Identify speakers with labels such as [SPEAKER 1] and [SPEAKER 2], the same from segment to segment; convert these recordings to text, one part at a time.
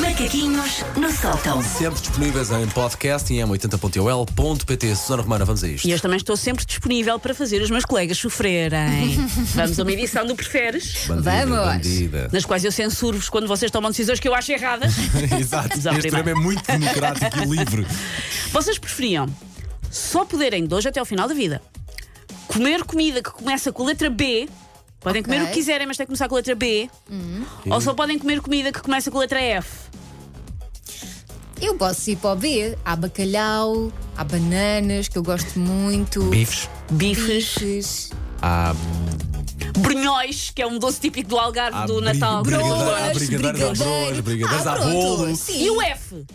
[SPEAKER 1] Macaquinhos no sótão.
[SPEAKER 2] Sempre disponíveis em podcast e em 80.ol.pt. Susana Romana, vamos a isto.
[SPEAKER 3] E eu também estou sempre disponível para fazer os meus colegas sofrerem. Vamos a uma edição do Preferes,
[SPEAKER 2] Bandida,
[SPEAKER 4] Vamos.
[SPEAKER 2] bandida.
[SPEAKER 3] nas quais eu censuro-vos quando vocês tomam decisões que eu acho erradas.
[SPEAKER 2] Exato.
[SPEAKER 3] Vamos à
[SPEAKER 2] Este
[SPEAKER 3] primeira.
[SPEAKER 2] programa é muito democrático e livre.
[SPEAKER 3] Vocês preferiam só poderem de hoje até ao final da vida comer comida que começa com a letra B. Podem comer o que
[SPEAKER 4] Ok. Uhum.
[SPEAKER 3] quiserem, mas tem que começar com a letra B. Ou só podem comer comida que começa com a letra F.
[SPEAKER 4] Eu posso ir para o B. Há bacalhau, há bananas, que eu gosto muito.
[SPEAKER 2] Bifes.
[SPEAKER 3] Bifes,
[SPEAKER 4] Bifes.
[SPEAKER 2] Há
[SPEAKER 3] brunhões, que é um doce típico do Algarve
[SPEAKER 2] há
[SPEAKER 3] do
[SPEAKER 2] bri-
[SPEAKER 3] Natal.
[SPEAKER 2] brigadeiro- Há
[SPEAKER 4] Broas,
[SPEAKER 2] brigadeiros, há broas,
[SPEAKER 4] brigadeiro.
[SPEAKER 2] brigadeiros,
[SPEAKER 4] Ah,
[SPEAKER 2] há Ah.
[SPEAKER 4] pronto,
[SPEAKER 2] bolo.
[SPEAKER 4] sim.
[SPEAKER 3] E o F?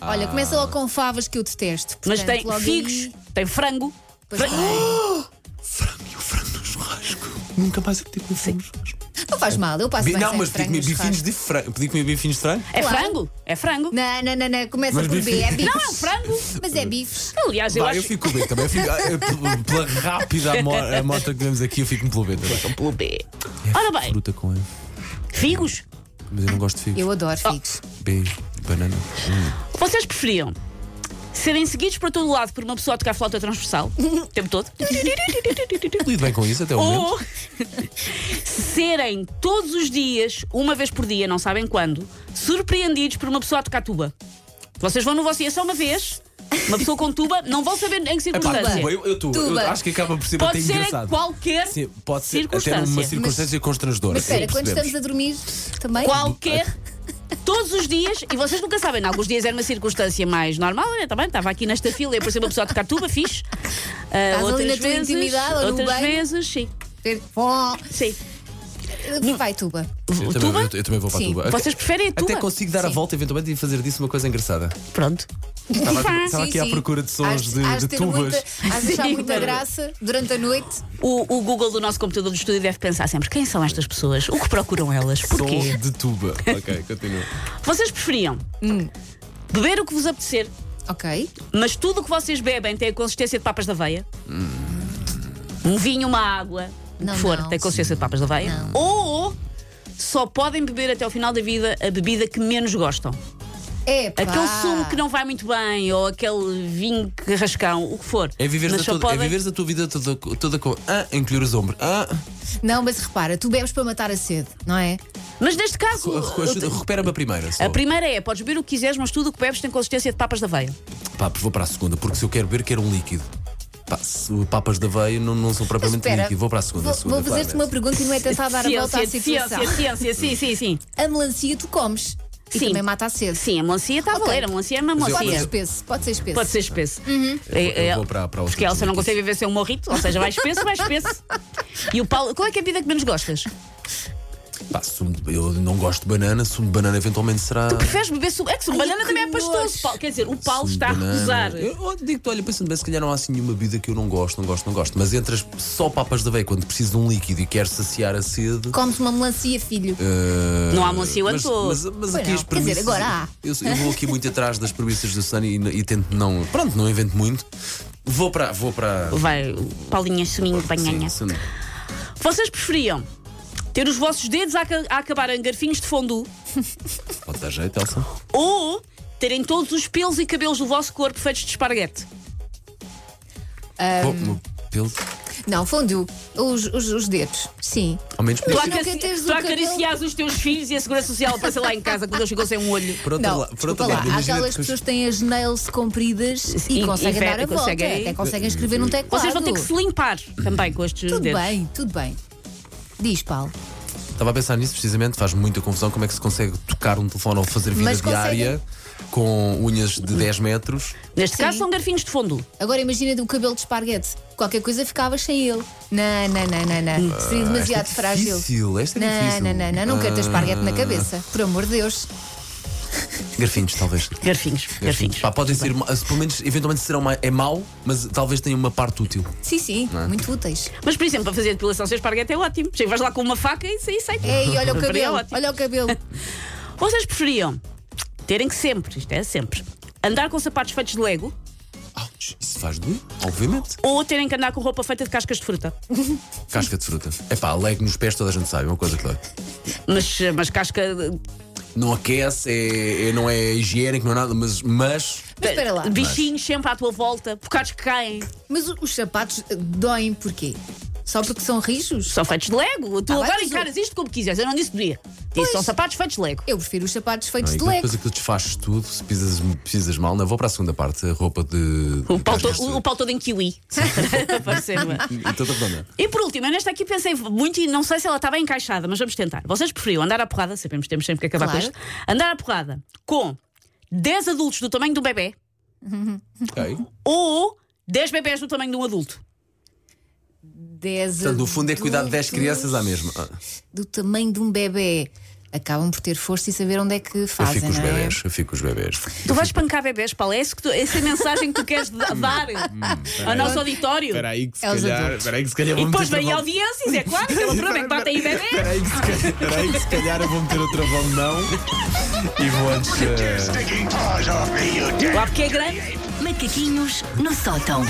[SPEAKER 4] Olha, começa logo com favas que eu detesto.
[SPEAKER 3] Mas
[SPEAKER 4] portanto,
[SPEAKER 3] tem
[SPEAKER 4] logo
[SPEAKER 3] figos,
[SPEAKER 4] aí-
[SPEAKER 3] tem frango.
[SPEAKER 4] Pois
[SPEAKER 3] Fra-
[SPEAKER 4] tem.
[SPEAKER 2] Frango e o frango no churrasco. Nunca mais eu pedi comer frango no churrasco.
[SPEAKER 4] Não faz mal, eu passo
[SPEAKER 2] Bi-
[SPEAKER 4] bem
[SPEAKER 2] Não,
[SPEAKER 4] sem
[SPEAKER 2] mas pedi
[SPEAKER 4] é frango
[SPEAKER 2] comer
[SPEAKER 4] nos
[SPEAKER 2] bifinhos
[SPEAKER 4] churrascos.
[SPEAKER 2] de frango. Pedi comer bifinhos de frango?
[SPEAKER 3] É
[SPEAKER 4] Claro.
[SPEAKER 3] frango? É frango?
[SPEAKER 4] Não, não, não, não, começa
[SPEAKER 2] Mas
[SPEAKER 4] por B,
[SPEAKER 2] bifes.
[SPEAKER 4] é bifes.
[SPEAKER 3] Não, é um frango.
[SPEAKER 4] Mas é bifes.
[SPEAKER 3] Aliás, eu
[SPEAKER 2] Vai,
[SPEAKER 3] acho.
[SPEAKER 2] eu fico com o B também. Eu fico- ah, eu- p- Pela rápida amo- amostra que temos aqui, eu fico-me pelo B também.
[SPEAKER 3] Pelo B. Ora bem,
[SPEAKER 2] Fruta com F.
[SPEAKER 3] figos.
[SPEAKER 2] Mas eu não gosto de figos.
[SPEAKER 4] Eu adoro figos.
[SPEAKER 2] B, banana.
[SPEAKER 3] Vocês preferiam serem seguidos para todo lado por uma pessoa a tocar flauta transversal o tempo todo?
[SPEAKER 2] Lido bem com isso até o momento.
[SPEAKER 3] ou serem todos os dias, uma vez por dia, não sabem quando, surpreendidos por uma pessoa a tocar tuba? Vocês vão no vosso dia só uma vez, uma pessoa com tuba, não vão saber em que
[SPEAKER 2] É pá,
[SPEAKER 3] circunstância.
[SPEAKER 2] tuba, eu, eu, tuba, eu
[SPEAKER 4] Tuba.
[SPEAKER 2] acho que acaba por ser até
[SPEAKER 3] Pode ser
[SPEAKER 2] engraçado.
[SPEAKER 3] em qualquer
[SPEAKER 2] Sim, pode ser até
[SPEAKER 3] circunstância.
[SPEAKER 2] numa circunstância constrangedora.
[SPEAKER 4] Mas espera,
[SPEAKER 2] Sim,
[SPEAKER 4] quando
[SPEAKER 2] percebemos.
[SPEAKER 4] estamos a dormir também.
[SPEAKER 3] qualquer. É Todos os dias, e vocês nunca sabem, em alguns dias era uma circunstância mais normal, olha, também estava aqui nesta fila e apareceu uma pessoa a tocar tuba, fixe. Ah,
[SPEAKER 4] ali na tua intimidade, ou no
[SPEAKER 3] outras
[SPEAKER 4] banho.
[SPEAKER 3] vezes, sim.
[SPEAKER 4] Bom,
[SPEAKER 3] sim.
[SPEAKER 4] Vai, tuba.
[SPEAKER 2] Eu também,
[SPEAKER 3] tuba?
[SPEAKER 2] eu- eu também vou para a
[SPEAKER 4] Sim.
[SPEAKER 2] tuba.
[SPEAKER 3] Vocês preferem a
[SPEAKER 2] Até
[SPEAKER 3] tuba?
[SPEAKER 2] consigo dar a volta eventualmente e fazer disso uma coisa engraçada.
[SPEAKER 3] Pronto.
[SPEAKER 2] Estava, aqui-
[SPEAKER 3] Sim,
[SPEAKER 2] estava Tá, aqui à
[SPEAKER 4] sim.
[SPEAKER 2] procura de
[SPEAKER 4] Hás-
[SPEAKER 2] sons de,
[SPEAKER 4] hás
[SPEAKER 2] de
[SPEAKER 4] ter
[SPEAKER 2] tubas.
[SPEAKER 4] Muita, hás de achar
[SPEAKER 3] Sim,
[SPEAKER 4] muita
[SPEAKER 3] claro.
[SPEAKER 4] graça durante a noite.
[SPEAKER 3] O, o Google do nosso computador de estúdio deve pensar sempre: quem são estas pessoas? O que procuram elas? Porquê?
[SPEAKER 2] Som de tuba. ok, continua.
[SPEAKER 3] Vocês preferiam
[SPEAKER 4] Hum.
[SPEAKER 3] beber o que vos apetecer,
[SPEAKER 4] Ok.
[SPEAKER 3] mas tudo o que vocês bebem tem a consistência de papas da aveia? Um vinho, uma água, o
[SPEAKER 4] Não,
[SPEAKER 3] que for,
[SPEAKER 4] não.
[SPEAKER 3] tem consistência de papas da aveia? Ou só podem beber até ao final da vida a bebida que menos gostam?
[SPEAKER 4] É,
[SPEAKER 3] Aquele sumo que não vai muito bem, ou aquele vinho que rascão, o que for.
[SPEAKER 2] É viveres,
[SPEAKER 3] mas
[SPEAKER 2] a
[SPEAKER 3] só
[SPEAKER 2] toda,
[SPEAKER 3] podem...
[SPEAKER 2] é viveres a tua vida toda, toda com. Ah, encolher os ombros. Ah,
[SPEAKER 4] Não, mas repara, tu bebes para matar a sede, não é?
[SPEAKER 3] Mas neste caso.
[SPEAKER 2] recu- ajuda- recupera-me a primeira. Só.
[SPEAKER 3] Uh, A primeira é, podes beber o que quiseres, mas tudo o que bebes tem consistência de papas da veia.
[SPEAKER 2] Pá, vou para a segunda, porque se eu quero beber, quero um líquido. Pá, se papas da veia não, não são
[SPEAKER 4] Mas
[SPEAKER 2] propriamente
[SPEAKER 4] espera,
[SPEAKER 2] líquido. Vou para a segunda.
[SPEAKER 4] Vou,
[SPEAKER 2] segunda
[SPEAKER 4] vou fazer-te uma
[SPEAKER 2] claramente.
[SPEAKER 4] pergunta e não é tentar dar a volta à
[SPEAKER 3] ciência,
[SPEAKER 4] situação.
[SPEAKER 3] ciência, ciência, sim, sim, sim.
[SPEAKER 4] A melancia tu comes e
[SPEAKER 3] Sim.
[SPEAKER 4] também mata a sede.
[SPEAKER 3] Sim, a melancia está a
[SPEAKER 4] Ok.
[SPEAKER 3] valer, a melancia é uma
[SPEAKER 2] Mas eu-
[SPEAKER 4] Pode ser
[SPEAKER 3] melancia.
[SPEAKER 4] espesso, pode ser espesso.
[SPEAKER 3] Pode ser espesso.
[SPEAKER 4] Uhum.
[SPEAKER 3] É,
[SPEAKER 2] Eu vou para- para os
[SPEAKER 3] porque ela
[SPEAKER 2] outros
[SPEAKER 3] só não
[SPEAKER 2] líquidos.
[SPEAKER 3] consegue viver sem um morrito, ou seja, mais espesso, mais espesso. E o Paulo, qual é que é a vida que menos gostas?
[SPEAKER 2] Pá, sumo de- eu não gosto de banana, sumo de banana eventualmente será.
[SPEAKER 3] Preferes beber sumo? É que sumo de
[SPEAKER 4] Ai,
[SPEAKER 3] banana
[SPEAKER 4] que
[SPEAKER 3] também é pastoso.
[SPEAKER 4] nojo.
[SPEAKER 3] Paulo. Quer dizer, o
[SPEAKER 2] Sumo
[SPEAKER 3] Paulo
[SPEAKER 2] de
[SPEAKER 3] está a
[SPEAKER 2] banana.
[SPEAKER 3] recusar.
[SPEAKER 2] Eu, eu digo-te, olha, pensando bem, se calhar não há assim nenhuma bebida que eu não gosto, não gosto, não gosto. Mas entre as só papas da veia, quando preciso de um líquido e quero saciar a sede.
[SPEAKER 4] Comes uma melancia, filho.
[SPEAKER 2] eh,
[SPEAKER 3] Não há melancia o ano
[SPEAKER 2] mas,
[SPEAKER 3] todo.
[SPEAKER 2] mas, mas
[SPEAKER 4] Pois
[SPEAKER 2] aqui
[SPEAKER 4] não.
[SPEAKER 2] as
[SPEAKER 4] Quer dizer,
[SPEAKER 2] premissas.
[SPEAKER 4] agora há.
[SPEAKER 2] Eu, eu vou aqui muito atrás das premissas do Sunny e, e tento não. Pronto, não invento muito. Vou para. Vou para.
[SPEAKER 3] Vai, Paulinha, suminho de banhanha.
[SPEAKER 2] Sim, sim.
[SPEAKER 3] Vocês preferiam ter os vossos dedos a, aca- a acabar em garfinhos de fondue
[SPEAKER 2] Pode dar jeito, Elsa.
[SPEAKER 3] ou terem todos os pelos e cabelos do vosso corpo feitos de esparguete?
[SPEAKER 2] Bom, meu pelo-
[SPEAKER 4] Não, fondue. Os, os, os dedos. Sim.
[SPEAKER 2] ao menos
[SPEAKER 3] Tu,
[SPEAKER 2] pelo-
[SPEAKER 4] não
[SPEAKER 3] acarici-
[SPEAKER 4] queres o
[SPEAKER 3] tu
[SPEAKER 4] cabelo?
[SPEAKER 3] acaricias os teus filhos e a Segurança Social aparece lá em casa quando eles ficam sem um olho.
[SPEAKER 2] Por outro
[SPEAKER 4] não,
[SPEAKER 2] lado- por outro
[SPEAKER 4] desculpa lá,
[SPEAKER 2] lado,
[SPEAKER 4] há
[SPEAKER 2] imagina
[SPEAKER 4] aquelas
[SPEAKER 2] que os-
[SPEAKER 4] pessoas que têm as nails compridas
[SPEAKER 3] E-
[SPEAKER 4] e,
[SPEAKER 3] e
[SPEAKER 4] conseguem
[SPEAKER 3] ve-
[SPEAKER 4] dar a volta,
[SPEAKER 3] conseguem-
[SPEAKER 4] até
[SPEAKER 2] Eh,
[SPEAKER 4] conseguem escrever num teclado.
[SPEAKER 3] Vocês vão ter que se limpar também com estes
[SPEAKER 4] Tudo
[SPEAKER 3] dedos.
[SPEAKER 4] bem, tudo bem. Diz, Paulo.
[SPEAKER 2] Estava a pensar nisso precisamente, faz muita confusão como é que se consegue tocar um telefone ou fazer vida
[SPEAKER 4] Mas
[SPEAKER 2] diária com unhas de 10 metros.
[SPEAKER 3] Neste caso
[SPEAKER 4] Sim.
[SPEAKER 3] são garfinhos de fundo.
[SPEAKER 4] Agora imagina o cabelo de esparguete. Qualquer coisa ficavas sem ele. Não, não, não, não, não. Seria
[SPEAKER 2] Esta
[SPEAKER 4] demasiado
[SPEAKER 2] é
[SPEAKER 4] frágil.
[SPEAKER 2] Difícil, esta é
[SPEAKER 4] Não,
[SPEAKER 2] difícil.
[SPEAKER 4] não, não, não, não quero ter esparguete na
[SPEAKER 2] Ah,
[SPEAKER 4] cabeça. Por amor de Deus.
[SPEAKER 2] Garfinhos, talvez.
[SPEAKER 3] Garfinhos, garfinhos.
[SPEAKER 2] Pá, podem ser, ma- pelo menos, eventualmente serão ma- é mau, mas talvez tenha uma parte útil.
[SPEAKER 4] Sim, sim,
[SPEAKER 2] é?
[SPEAKER 4] muito úteis.
[SPEAKER 3] Mas, por exemplo, para fazer depilação sem esparguete é ótimo. Chega, vais lá com uma faca e isso aí sai.
[SPEAKER 4] Ei, olha o
[SPEAKER 3] Para
[SPEAKER 4] cabelo,
[SPEAKER 3] ela é ótimo.
[SPEAKER 4] olha o cabelo.
[SPEAKER 3] Vocês preferiam terem que sempre, isto é sempre, andar com sapatos feitos de Lego
[SPEAKER 2] Ouch, isso faz doer, obviamente.
[SPEAKER 3] ou terem que andar com roupa feita de cascas de fruta?
[SPEAKER 2] Casca de fruta. É pá, leg nos pés, toda a gente sabe, é uma coisa que dói.
[SPEAKER 3] Mas, mas casca.
[SPEAKER 2] Não aquece, é, é- não é higiênico, não é nada, mas. mas
[SPEAKER 4] Mas espera lá.
[SPEAKER 3] Bichinhos sempre à tua volta, bocados que caem.
[SPEAKER 4] Mas o- os sapatos eh, doem porquê? Só porque são rijos?
[SPEAKER 3] São feitos de Lego. Tu
[SPEAKER 4] Ah,
[SPEAKER 3] agora
[SPEAKER 4] mas o-
[SPEAKER 3] encaras isto como quiseres. Eu não disse que podia. Disse, são sapatos feitos de Lego.
[SPEAKER 4] Eu prefiro os sapatos feitos
[SPEAKER 3] é
[SPEAKER 2] não, e
[SPEAKER 4] de leco.
[SPEAKER 2] depois aquilo desfazes tudo, se pisas, pisas mal, não vou para a segunda parte, a roupa de.
[SPEAKER 3] O pau,
[SPEAKER 2] de-
[SPEAKER 3] todo, o pau todo em kiwi. Para ser uma-
[SPEAKER 2] Então, tá bom, não é?
[SPEAKER 3] E por último, eu nesta aqui pensei muito e não sei se ela está bem encaixada, mas vamos tentar. Vocês preferiam andar à porrada, sabemos que temos sempre que acabar
[SPEAKER 4] Claro.
[SPEAKER 3] com isto, andar à porrada com 10 adultos do tamanho de um bebê
[SPEAKER 2] Ok.
[SPEAKER 3] ou 10 bebés do tamanho de um adulto?
[SPEAKER 4] Dez
[SPEAKER 2] Portanto, no fundo é cuidar de 10
[SPEAKER 4] adultos
[SPEAKER 2] crianças à mesma. Ah,
[SPEAKER 4] Do tamanho de um bebê. Acabam por ter força e saber onde é que
[SPEAKER 2] Eu
[SPEAKER 4] fazem.
[SPEAKER 2] fico com os
[SPEAKER 4] não é?
[SPEAKER 2] bebés, eu fico com os bebés.
[SPEAKER 3] Tu vais pancar bebés, Paulo? É isso que tu- essa é a mensagem que tu queres da- dar ao nosso auditório?
[SPEAKER 1] Espera aí que se
[SPEAKER 4] É os
[SPEAKER 1] calhar.
[SPEAKER 4] adultos.
[SPEAKER 1] Espera aí que se calhar
[SPEAKER 3] E
[SPEAKER 1] vou
[SPEAKER 3] depois
[SPEAKER 1] meter
[SPEAKER 3] vem
[SPEAKER 1] outra volta.
[SPEAKER 3] audiências, é claro, que é o problema é que batem aí bebés.
[SPEAKER 1] Espera aí que se calhar- espera aí que se calhar eu vou meter o travão de não e vou antes. eh,
[SPEAKER 5] Sticking paws off me, you damn
[SPEAKER 3] Lá porque é grande.
[SPEAKER 6] Macaquinhos no sótão.